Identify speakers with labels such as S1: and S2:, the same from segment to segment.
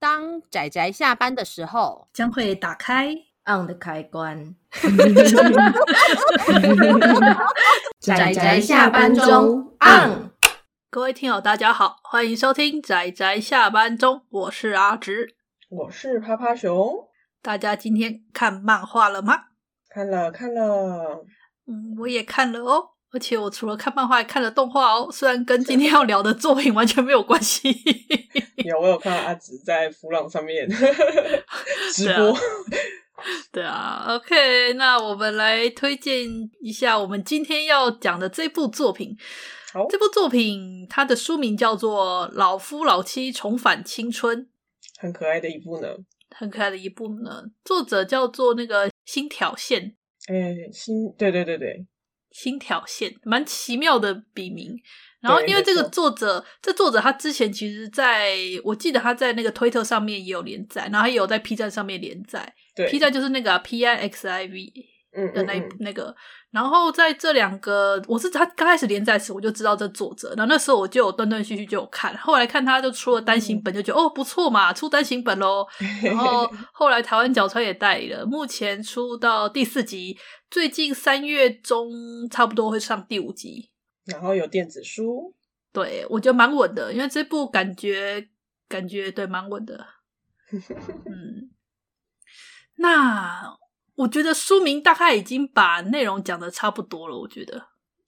S1: 当仔仔下班的时候，
S2: 将会打开。
S3: on 的开关。
S1: 宅宅
S2: 下班中
S3: on。
S4: 各位听友，大家好，欢迎收听《仔仔下班中》，我是阿直。
S5: 我是趴趴熊，
S4: 大家今天看漫画了吗？
S5: 看了 看了，
S4: 嗯，我也看了哦，而且我除了看漫画，还看了动画哦。虽然跟今天要聊的作品完全没有关系，
S5: 有我有看到阿紫在弗朗上面直
S4: 对啊
S5: 播，
S4: 对啊，OK，那我们来推荐一下我们今天要讲的这部作品。
S5: 好
S4: 这部作品它的书名叫做《老夫老妻重返青春》，
S5: 很可爱的一部呢。
S4: 很可爱的一部呢。作者叫做那个新挑线，
S5: 哎、新对对对对，
S4: 新挑线，蛮奇妙的笔名。然后
S5: 对
S4: 因为这个
S5: 没
S4: 作
S5: 错
S4: 者，这作者他之前其实在我记得他在那个推特上面也有连载，然后也有在 P 站上面连载。
S5: 对
S4: P 站就是那个、P 啊 I X I V
S5: 嗯
S4: 的
S5: 嗯
S4: 那一、
S5: 嗯，
S4: 那个。然后在这两个，我是他刚开始连载时我就知道这作者，然后那时候我就有断断续续就有看，后来看他就出了单
S5: 嗯
S4: 行本，就觉得、哦不错嘛，出单行本喽。然后后来台湾角川也代理了，目前出到第四集，最近三月中差不多会上第五集。
S5: 然后有电子书，
S4: 对我觉得蛮稳的，因为这部感觉感觉对蛮稳的。嗯，那我觉得书名大概已经把内容讲的差不多了，我觉得。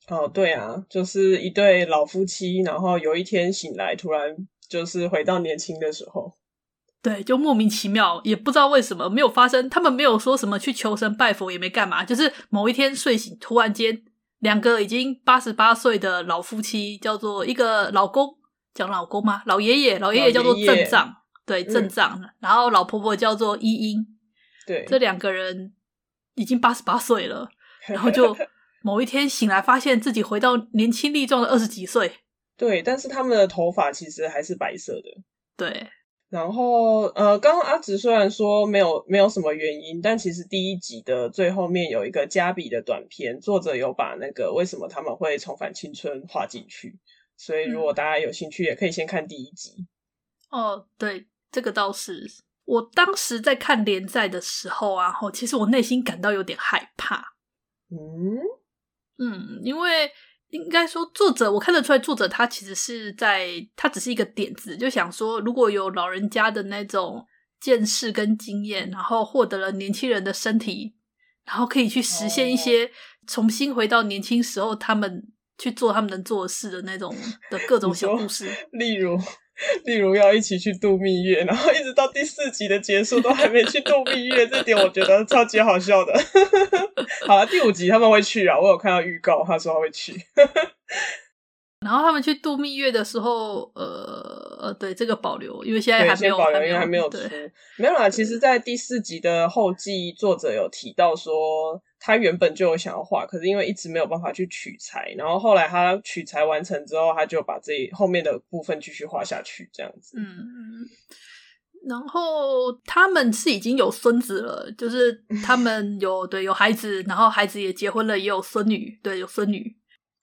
S5: 哦对啊，就是一对老夫妻，然后有一天醒来，突然就是回到年轻的时候，
S4: 对，就莫名其妙，也不知道为什么没有发生，他们没有说什么去求神拜佛，也没干嘛，就是某一天睡醒，突然间两个已经八十八岁的老夫妻，叫做一个老公，讲老公吗？老爷爷，老爷
S5: 老
S4: 爷叫做
S5: 爷
S4: 正
S5: 爷
S4: 藏，对，正
S5: 嗯
S4: 藏，然后老婆婆叫做依英，
S5: 对，
S4: 这两个人已经八十八岁了，然后就某一天醒来，发现自己回到年轻力壮的二十几岁。
S5: 对，但是他们的头发其实还是白色的。
S4: 对，
S5: 然后，呃，刚刚阿紫虽然说没有没有什么原因，但其实第一集的最后面有一个加比的短片，作者有把那个为什么他们会重返青春画进去，所以如果大家有兴趣，也可以先看第一集。
S4: 哦，对，这个倒是。我当时在看联赛的时候啊，吼，其实我内心感到有点害怕。
S5: 嗯，
S4: 嗯，因为应该说作者，我看得出来，作者他其实是在，他只是一个点子，就想说，如果有老人家的那种见识跟经验，然后获得了年轻人的身体，然后可以去实现一些重新回到年轻时候他们去做他们能做的事的那种的各种
S5: 你
S4: 小
S5: 说
S4: 故事。
S5: 例如，例如要一起去度蜜月，然后一直到第四集的结束都还没去度蜜月，这点我觉得超级好笑的。 好了，第五集他们会去啊，我有看到预告，他说他会去。
S4: 然后他们去度蜜月的时候，呃呃，对这个保留，因为现在还
S5: 对，
S4: 没
S5: 先
S4: 有，
S5: 保留，因为还
S4: 还
S5: 没有出
S4: 对。。
S5: 没有啦，其实，在第四集的后记，作者有提到说，他原本就有想要画，可是因为一直没有办法去取材，然后后来他取材完成之后，他就把这后面的部分继续画下去，这样子。
S4: 嗯，然后他们是已经有孙子了，就是他们有对有孩子，然后孩子也结婚了，也有孙女，对，有孙女。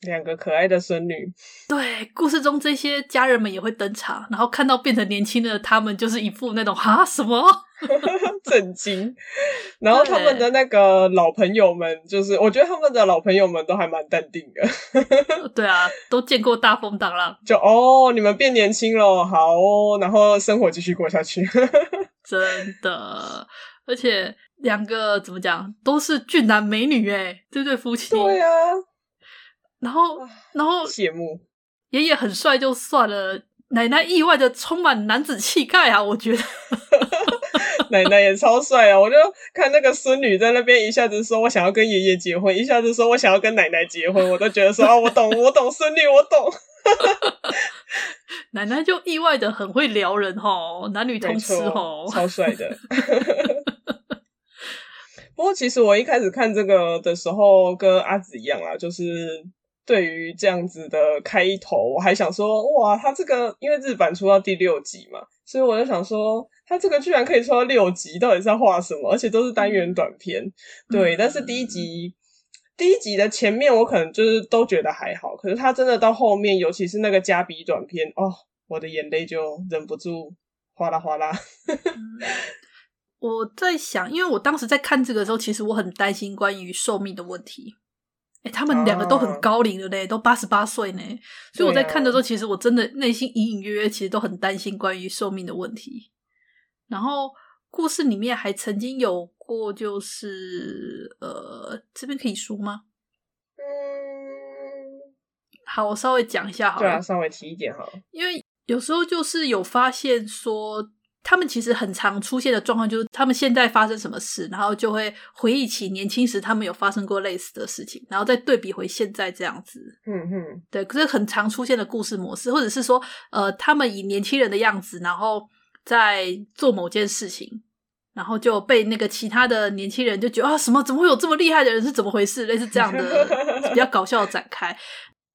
S5: 两个可爱的孙女，
S4: 对，故事中这些家人们也会登场，然后看到变成年轻的他们，就是一副那种啊什么，
S5: 震惊。然后他们的那个老朋友们，就是我觉得他们的老朋友们都还蛮淡定的，
S4: 对啊，都见过大风大浪，
S5: 就哦，你们变年轻了，好哦，然后生活继续过下去。
S4: 真的，而且两个怎么讲都是俊男美女哎，这对夫妻，
S5: 对啊，
S4: 然后然后
S5: 羡慕。
S4: 爷爷很帅就算了，奶奶意外的充满男子气概啊，我觉得。
S5: 奶奶也超帅啊！我就看那个孙女在那边一下子说我想要跟爷爷结婚，一下子说我想要跟奶奶结婚，我都觉得说啊，我懂，我懂，孙女，我懂。
S4: 奶奶就意外的很会撩人吼，男女通吃吼
S5: 没错，超帅的。不过其实我一开始看这个的时候，跟阿紫一样啊，就是对于这样子的开头，我还想说，哇，他这个因为日版出到第六集嘛，所以我就想说，他这个居然可以出到六集，到底是要画什么？而且都是单元短片，对。
S4: 嗯
S5: 但是第一集。第一集的前面我可能就是都觉得还好，可是他真的到后面，尤其是那个加比短片，哦，我的眼泪就忍不住哗啦哗啦，
S4: 我在想，因为我当时在看这个的时候，其实我很担心关于寿命的问题。哎，他们两个都
S5: 啊
S4: 很高龄了嘞，都八十八岁呢，所以我在
S5: 对啊
S4: 看的时候，其实我真的内心隐隐约约其实都很担心关于寿命的问题。然后故事里面还曾经有过，就是呃，这边可以说吗？
S5: 嗯，
S4: 好，我稍微讲一下好
S5: 对
S4: 了。
S5: 啊，稍微提一点好了，
S4: 因为有时候就是有发现说，他们其实很常出现的状况就是他们现在发生什么事，然后就会回忆起年轻时他们有发生过类似的事情，然后再对比回现在这样子。
S5: 嗯哼，
S4: 对，这是很常出现的故事模式，或者是说，呃，他们以年轻人的样子，然后在做某件事情，然后就被那个其他的年轻人就觉得啊，什么怎么会有这么厉害的人，是怎么回事？类似这样的 比较搞笑的展开。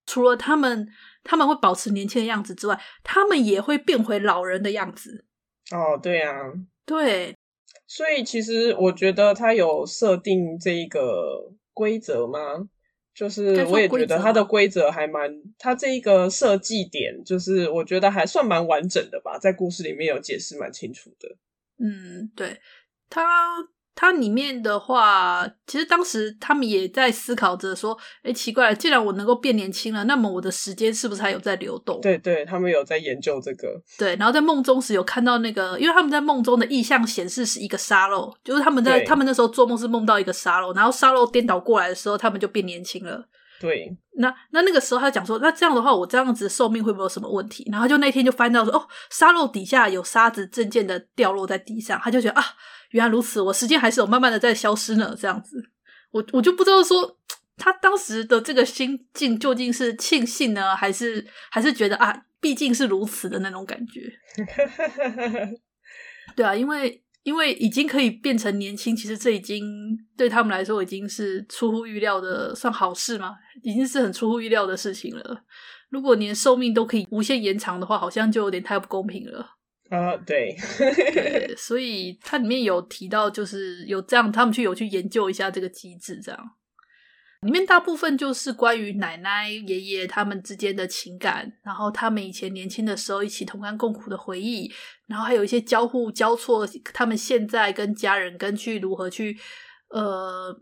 S4: 除了他们他们会保持年轻的样子之外，他们也会变回老人的样子。
S5: 哦，对啊，
S4: 对，
S5: 所以其实我觉得他有设定这一个规则吗？就是
S4: 该说
S5: 我也
S4: 规
S5: 觉
S4: 则
S5: 得
S4: 吗
S5: 他的规则还蛮，他这一个设计点就是我觉得还算蛮完整的吧，在故事里面有解释蛮清楚的。
S4: 嗯，对，它它里面的话，其实当时他们也在思考着说，哎，奇怪了，既然我能够变年轻了，那么我的时间是不是还有在流动？
S5: 对对，他们有在研究这个，
S4: 对然后在梦中时有看到那个，因为他们在梦中的意象显示是一个沙漏，就是他们在
S5: 对
S4: 他们那时候做梦是梦到一个沙漏，然后沙漏颠倒过来的时候，他们就变年轻了。
S5: 对，
S4: 那那那个时候他讲说，那这样的话，我这样子寿命会不会有什么问题？然后就那天就翻到说，哦，沙漏底下有沙子渐渐的掉落在地上，他就觉得啊，原来如此，我时间还是有慢慢的在消失呢。这样子，我我就不知道说他当时的这个心境究竟是庆幸呢，还是还是觉得啊，毕竟是如此的那种感觉。对啊，因为因为已经可以变成年轻，其实这已经对他们来说已经是出乎预料的，算好事吗？已经是很出乎预料的事情了。如果连寿命都可以无限延长的话，好像就有点太不公平了。
S5: 啊，对，
S4: 对，所以它里面有提到，就是有这样，他们去有去研究一下这个机制，这样。里面大部分就是关于奶奶、爷爷他们之间的情感，然后他们以前年轻的时候一起同甘共苦的回忆，然后还有一些交互交错，他们现在跟家人跟去如何去呃，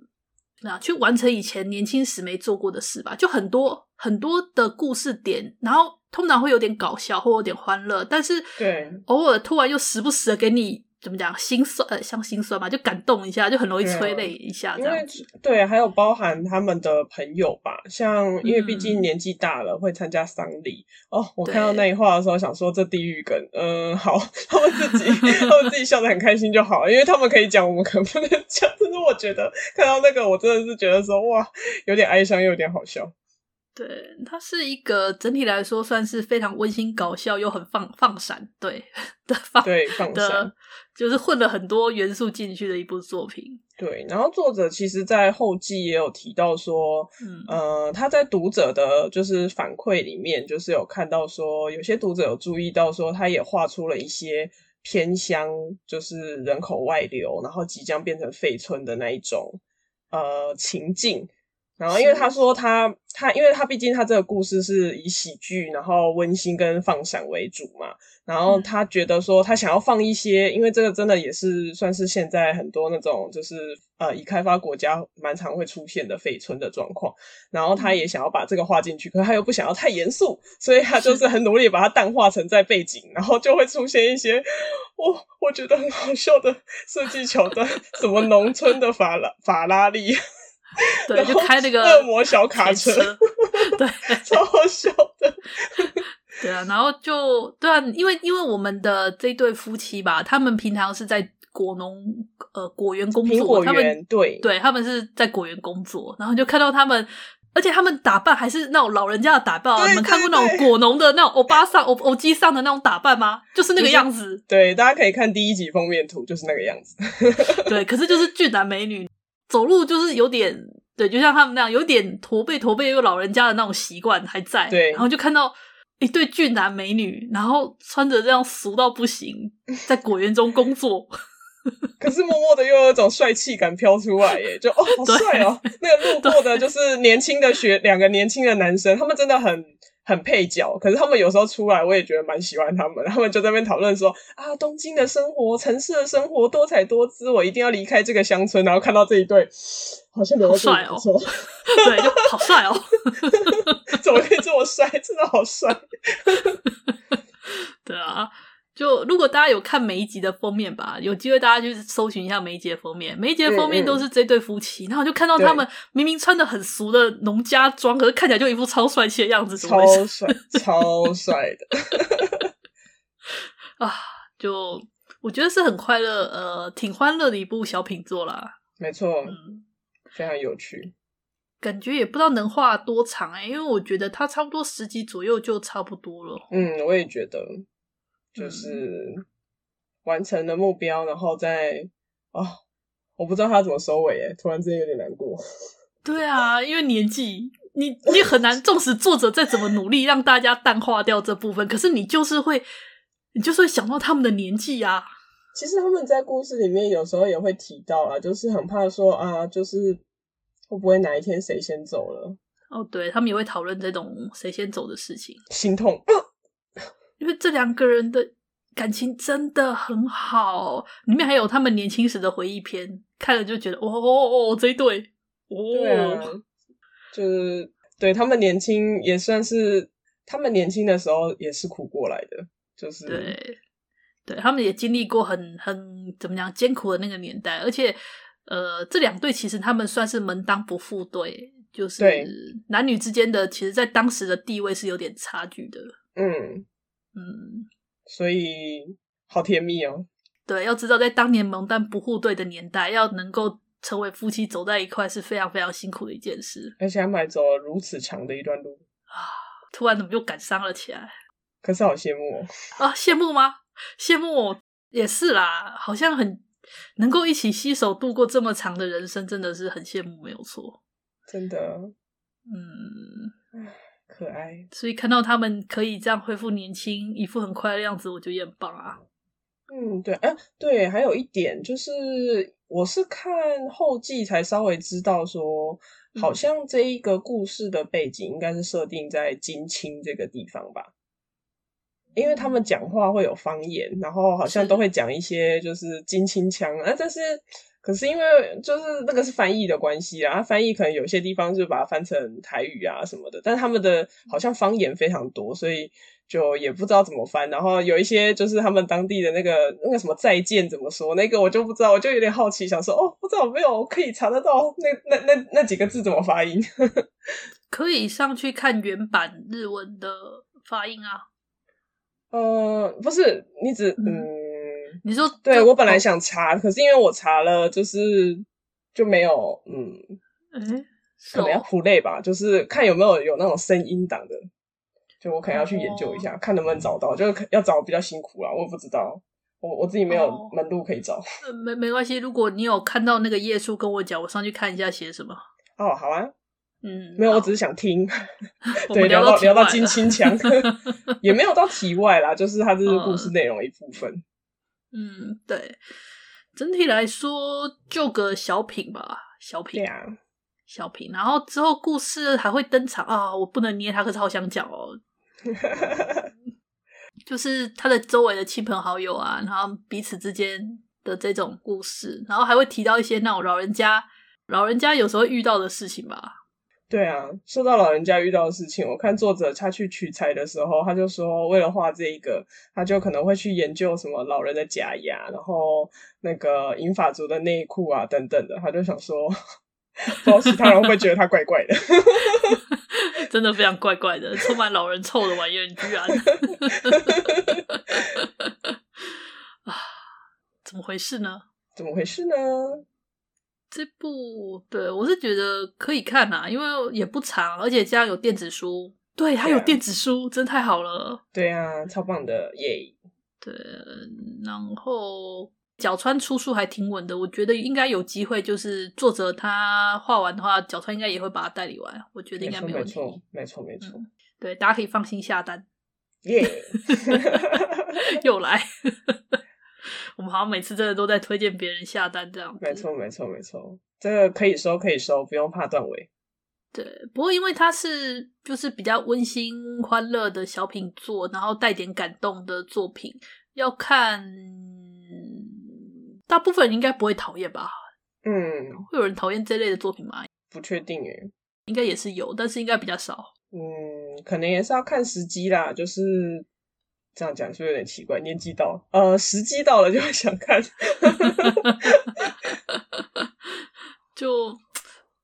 S4: 那去完成以前年轻时没做过的事吧，就很多很多的故事点，然后通常会有点搞笑或有点欢乐，但是
S5: 对
S4: 偶尔突然又时不时的给你怎么讲心酸，呃，像心酸嘛，就感动一下，就很容易
S5: 对啊
S4: 催泪一下这
S5: 因为
S4: 样子。
S5: 对，还有包含他们的朋友吧，像因为毕
S4: 嗯
S5: 竟年纪大了，会参加丧礼哦。我看到
S4: 对
S5: 那一话的时候，想说这地狱梗，嗯，好，他们自己他们自己笑得很开心就好，因为他们可以讲，我们可能不能讲。但是我觉得看到那个，我真的是觉得说哇，有点哀伤又有点好笑。
S4: 对，它是一个整体来说算是非常温馨、搞笑又很放放闪，对的放
S5: 对，放下。
S4: 的，就是混了很多元素进去的一部作品。
S5: 对，然后作者其实在后记也有提到说，
S4: 嗯，
S5: 呃，他在读者的就是反馈里面，就是有看到说，有些读者有注意到说，他也画出了一些偏乡，就是人口外流，然后即将变成废村的那一种呃情境。然后，因为
S4: 是
S5: 他说他他，因为他毕竟他这个故事是以喜剧，然后温馨跟放闪为主嘛，然后
S4: 嗯
S5: 他觉得说，他想要放一些，因为这个真的也是算是现在很多那种就是呃已开发国家蛮常会出现的废村的状况。然后
S4: 嗯
S5: 他也想要把这个画进去，可是他又不想要太严肃，所以他就是很努力地把它淡化成在背景，然后就会出现一些我我觉得很好笑的设计桥段，什么农村的法拉法拉利，
S4: 对，
S5: 然
S4: 就
S5: 后
S4: 开那 个
S5: 恶魔小卡
S4: 车
S5: 车，
S4: 对，
S5: 超好笑的。
S4: 对啊，然后就对啊，因为因为我们的这对夫妻吧，他们平常是在果农呃果园工
S5: 苹
S4: 作，
S5: 果
S4: 他
S5: 园
S4: 们
S5: 对
S4: 对他们是在果园工作，然后就看到他们。而且他们打扮还是那种老人家的打扮啊！
S5: 对
S4: 你们看过
S5: 对
S4: 那种
S5: 对
S4: 果农的那种欧巴桑、欧欧基上的那种打扮吗？就是那个
S5: 就是
S4: 样子。
S5: 对，大家可以看第一集封面图，就是那个样子。
S4: 对，可是就是俊男美女，走路就是有点，对，就像他们那样，有点驼背驼背又老人家的那种习惯还在。
S5: 对
S4: 然后就看到一对俊男美女，然后穿着这样俗到不行，在果园中工作。
S5: 可是默默的又有一种帅气感飘出来耶，就哦好帅哦！那个路过的就是年轻的学两个年轻的男生，他们真的很很配角，可是他们有时候出来，我也觉得蛮喜欢他们。他们就在那边讨论说啊，东京的生活、城市的生活多彩多姿，我一定要离开这个乡村。然后看到这一对，好像留
S4: 好
S5: 在这
S4: 帅
S5: 里
S4: 哦
S5: 不错，
S4: 对，就好帅哦。
S5: 怎么可以这么帅？真的好 帅！
S4: 对啊，就如果大家有看每一集的封面吧，有机会大家去搜寻一下每一集的封面。每一集的封面
S5: 嗯嗯
S4: 都是这对夫妻，然后就看到他们明明穿的很俗的农家装，可是看起来就一副超帅气的样子，怎么
S5: 超
S4: 回事
S5: 帅，超帅的。
S4: 啊？就我觉得是很快乐，呃，挺欢乐的一部小品作啦。
S5: 没错，
S4: 嗯，
S5: 非常有趣。
S4: 感觉也不知道能画多长哎、因为我觉得它差不多十集左右就差不多了。
S5: 嗯，我也觉得，嗯就是完成了目标，然后再啊、我不知道他怎么收尾耶，突然之间有点难过。
S4: 对啊，因为年纪，你你很难，纵使作者再怎么努力让大家淡化掉这部分，可是你就是会，你就是会想到他们的年纪啊。
S5: 其实他们在故事里面有时候也会提到啊，就是很怕说啊，就是会不会哪一天谁先走了，
S4: 哦，对他们也会讨论这种谁先走的事情，
S5: 心痛。
S4: 因为这两个人的感情真的很好，里面还有他们年轻时的回忆篇，看了就觉得哦哦哦，这一对哦，
S5: 对啊，就是对他们年轻也算是他们年轻的时候也是苦过来的，就是
S4: 对，对他们也经历过很很怎么讲艰苦的那个年代，而且呃，这两队其实他们算是门当不副对，就是
S5: 对
S4: 男女之间的，其实在当时的地位是有点差距的。
S5: 嗯，
S4: 嗯，
S5: 所以好甜蜜哦。
S4: 对，要知道在当年门当不互对的年代，要能够成为夫妻走在一块是非常非常辛苦的一件事。
S5: 而且还买走了如此长的一段路，
S4: 突然怎么又感伤了起来
S5: 可是好羡慕哦。
S4: 啊？羡慕吗？羡慕我也是啦，好像很。能够一起携手度过这么长的人生，真的是很羡慕，没有错。
S5: 真的
S4: 嗯，
S5: 可爱。
S4: 所以看到他们可以这样恢复年轻，一副很快乐的样子，我觉得也很棒啊。
S5: 嗯，对，哎、对，还有一点就是，我是看后记才稍微知道说，好
S4: 嗯
S5: 像这一个故事的背景应该是设定在金青这个地方吧。因为他们讲话会有方言，然后好像
S4: 是
S5: 都会讲一些就是金青腔啊，但是可是因为就是那个是翻译的关系啊，翻译可能有些地方就把它翻成台语啊什么的，但他们的好像方言非常多，所以就也不知道怎么翻。然后有一些就是他们当地的那个那个什么再见怎么说，那个我就不知道，我就有点好奇，想说哦，不知道有没有可以查得到那那那那几个字怎么发音。
S4: 可以上去看原版日文的发音啊。
S5: 呃，不是，你只
S4: 嗯
S5: 嗯
S4: 你说，
S5: 对
S4: 就哦
S5: 我本来，想查，可是因为我查了，就是就没有，嗯，
S4: 哎、是
S5: 可
S4: 哦
S5: 能要苦累吧，就是看有没有有那种声音档的，就我可能要去研究一
S4: 哦
S5: 下，看能不能找到，就是可要找比较辛苦啦，我也不知道，我我自己没有
S4: 哦
S5: 门路可以找。
S4: 呃没没关系。如果你有看到那个页数，跟我讲，我上去看一下写什么。
S5: 哦，好啊，
S4: 嗯，
S5: 没有，我
S4: 好
S5: 只是想听，
S4: 我
S5: 对，
S4: 们
S5: 聊
S4: 到题
S5: 聊到
S4: 外
S5: 金
S4: 了
S5: 青 墙，也没有到题外啦，就是它这是故事
S4: 嗯
S5: 内容一部分。
S4: 嗯，对。整体来说，就个小品吧，小品。
S5: 对啊，
S4: 小品，然后之后故事还会登场啊！我不能捏他，可是好想讲哦。就是他的周围的亲朋好友啊，然后彼此之间的这种故事，然后还会提到一些那种老人家，老人家有时候遇到的事情吧。
S5: 对啊，说到老人家遇到的事情，我看作者他去取材的时候，他就说，为了画这一个，他就可能会去研究什么老人的假牙，然后那个银发族的内裤啊等等的，他就想说，不知道其他人会不会觉得他怪怪的。
S4: 真的非常怪怪的，充满老人臭的玩意儿，你居然 啊，怎么回事呢？
S5: 怎么回事呢？
S4: 这部对我是觉得可以看啊，因为也不长，而且加上有电子书，对，它有
S5: 对啊
S4: 电子书，真太好了。
S5: 对啊，超棒的耶！
S4: 对，然后角川出书还挺稳的，我觉得应该有机会，就是作者他画完的话，角川应该也会把它代理完，我觉得应
S5: 没
S4: 该
S5: 错，
S4: 没有
S5: 没
S4: 问题。
S5: 错，没错，没错
S4: 嗯，对，大家可以放心下单。
S5: 耶！
S4: 又来， 我们好像每次真的都在推荐别人下单这样子。
S5: 没错，没错，没错，这个可以收，可以收，不用怕断尾。
S4: 对，不过因为它是就是比较温馨欢乐的小品作，然后带点感动的作品，要看大部分人应该不会讨厌吧？
S5: 嗯，
S4: 会有人讨厌这类的作品吗？
S5: 不确定诶，
S4: 应该也是有，但是应该比较少。
S5: 嗯，可能也是要看时机啦，就是。这样讲是不是有点奇怪？年纪到，呃，时机到了就会想看。
S4: 就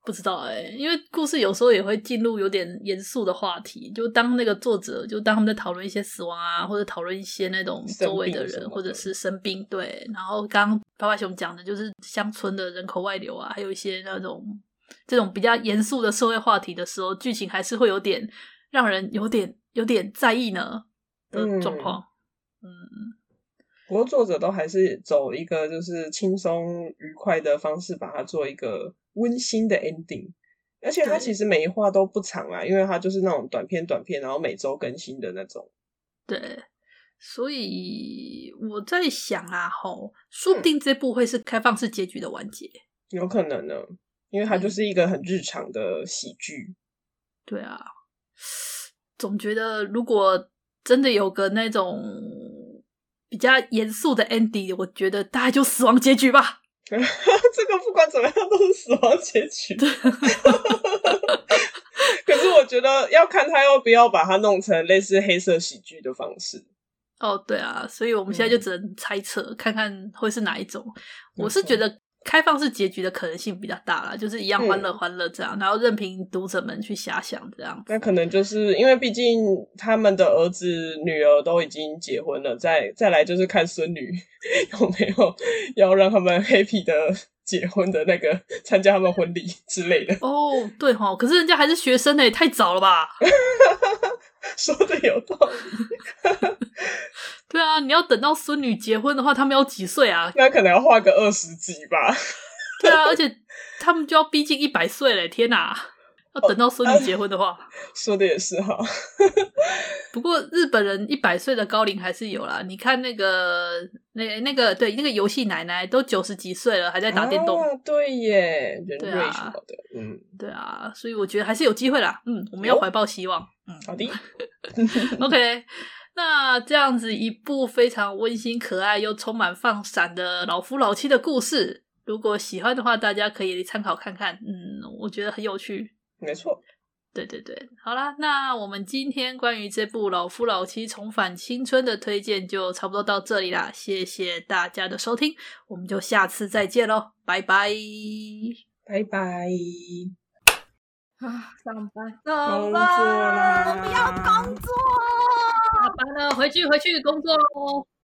S4: 不知道哎、因为故事有时候也会进入有点严肃的话题，就当那个作者，就当他们在讨论一些死亡啊，或者讨论一些那种
S5: 生病
S4: 周围的
S5: 什么
S4: 人，
S5: 的
S4: 或者是生病，对。然后刚刚爸爸熊讲的就是乡村的人口外流啊，还有一些那种这种比较严肃的社会话题的时候，剧情还是会有点让人有点有点在意呢的状况。嗯，
S5: 不过作者都还是走一个就是轻松愉快的方式，把它做一个温馨的 ending。而且它
S4: 对
S5: 其实每一话都不长啊啦，因为它就是那种短片短片，然后每周更新的那种。
S4: 对，所以我在想啊，吼，说
S5: 嗯
S4: 不定这部会是开放式结局的完结。
S5: 有可能呢，因为它就是一个很日常的喜剧。
S4: 对啊，总觉得如果真的有个那种比较严肃的 ending，我觉得大概就死亡结局吧。
S5: 这个不管怎么样都是死亡结局。 可是我觉得要看他要不要把它弄成类似黑色喜剧的方式。
S4: 哦，对啊，所以我们现在就只能猜测，看看会是哪一种。
S5: 嗯没
S4: 我是
S5: 错
S4: 觉得开放式结局的可能性比较大啦，就是一样欢乐
S5: 嗯
S4: 欢乐这样，然后任凭读者们去遐想这样。
S5: 那可能就是因为毕竟他们的儿子、女儿都已经结婚了，再再来就是看孙女 有没有要让他们 happy 的结婚的那个参加他们婚礼之类的，
S4: 哦，对哈、可是人家还是学生呢，也太早了吧？
S5: 说的有道理。
S4: 对啊，你要等到孙女结婚的话，他们要几岁啊？
S5: 那可能要画个二十集吧，
S4: 对啊，而且他们就要逼近一百岁嘞！天哪，要等到孙女结婚的话，
S5: 说的也是哈。
S4: 不过日本人一百岁的高龄还是有啦。你看那个那那个对那个游戏奶奶都九十几岁了，还在打电动。
S5: 啊，对耶，人
S4: 对
S5: 瑞
S4: 啊
S5: 什么的，嗯，
S4: 对啊，所以我觉得还是有机会啦。嗯，我们要怀抱希望。嗯
S5: 好的，
S4: ，OK。那这样子一部非常温馨、可爱又充满放闪的老夫老妻的故事，如果喜欢的话，大家可以参考看看。嗯，我觉得很有趣。
S5: 没错，
S4: 对对对，好啦，那我们今天关于这部《老夫老妻重返青春》的推荐就差不多到这里啦，谢谢大家的收听，我们就下次再见喽，拜拜。
S5: 拜拜，
S2: 啊，上班
S5: 工作啦，
S1: 我不要工作。
S4: 下班了，回去回去工作喽。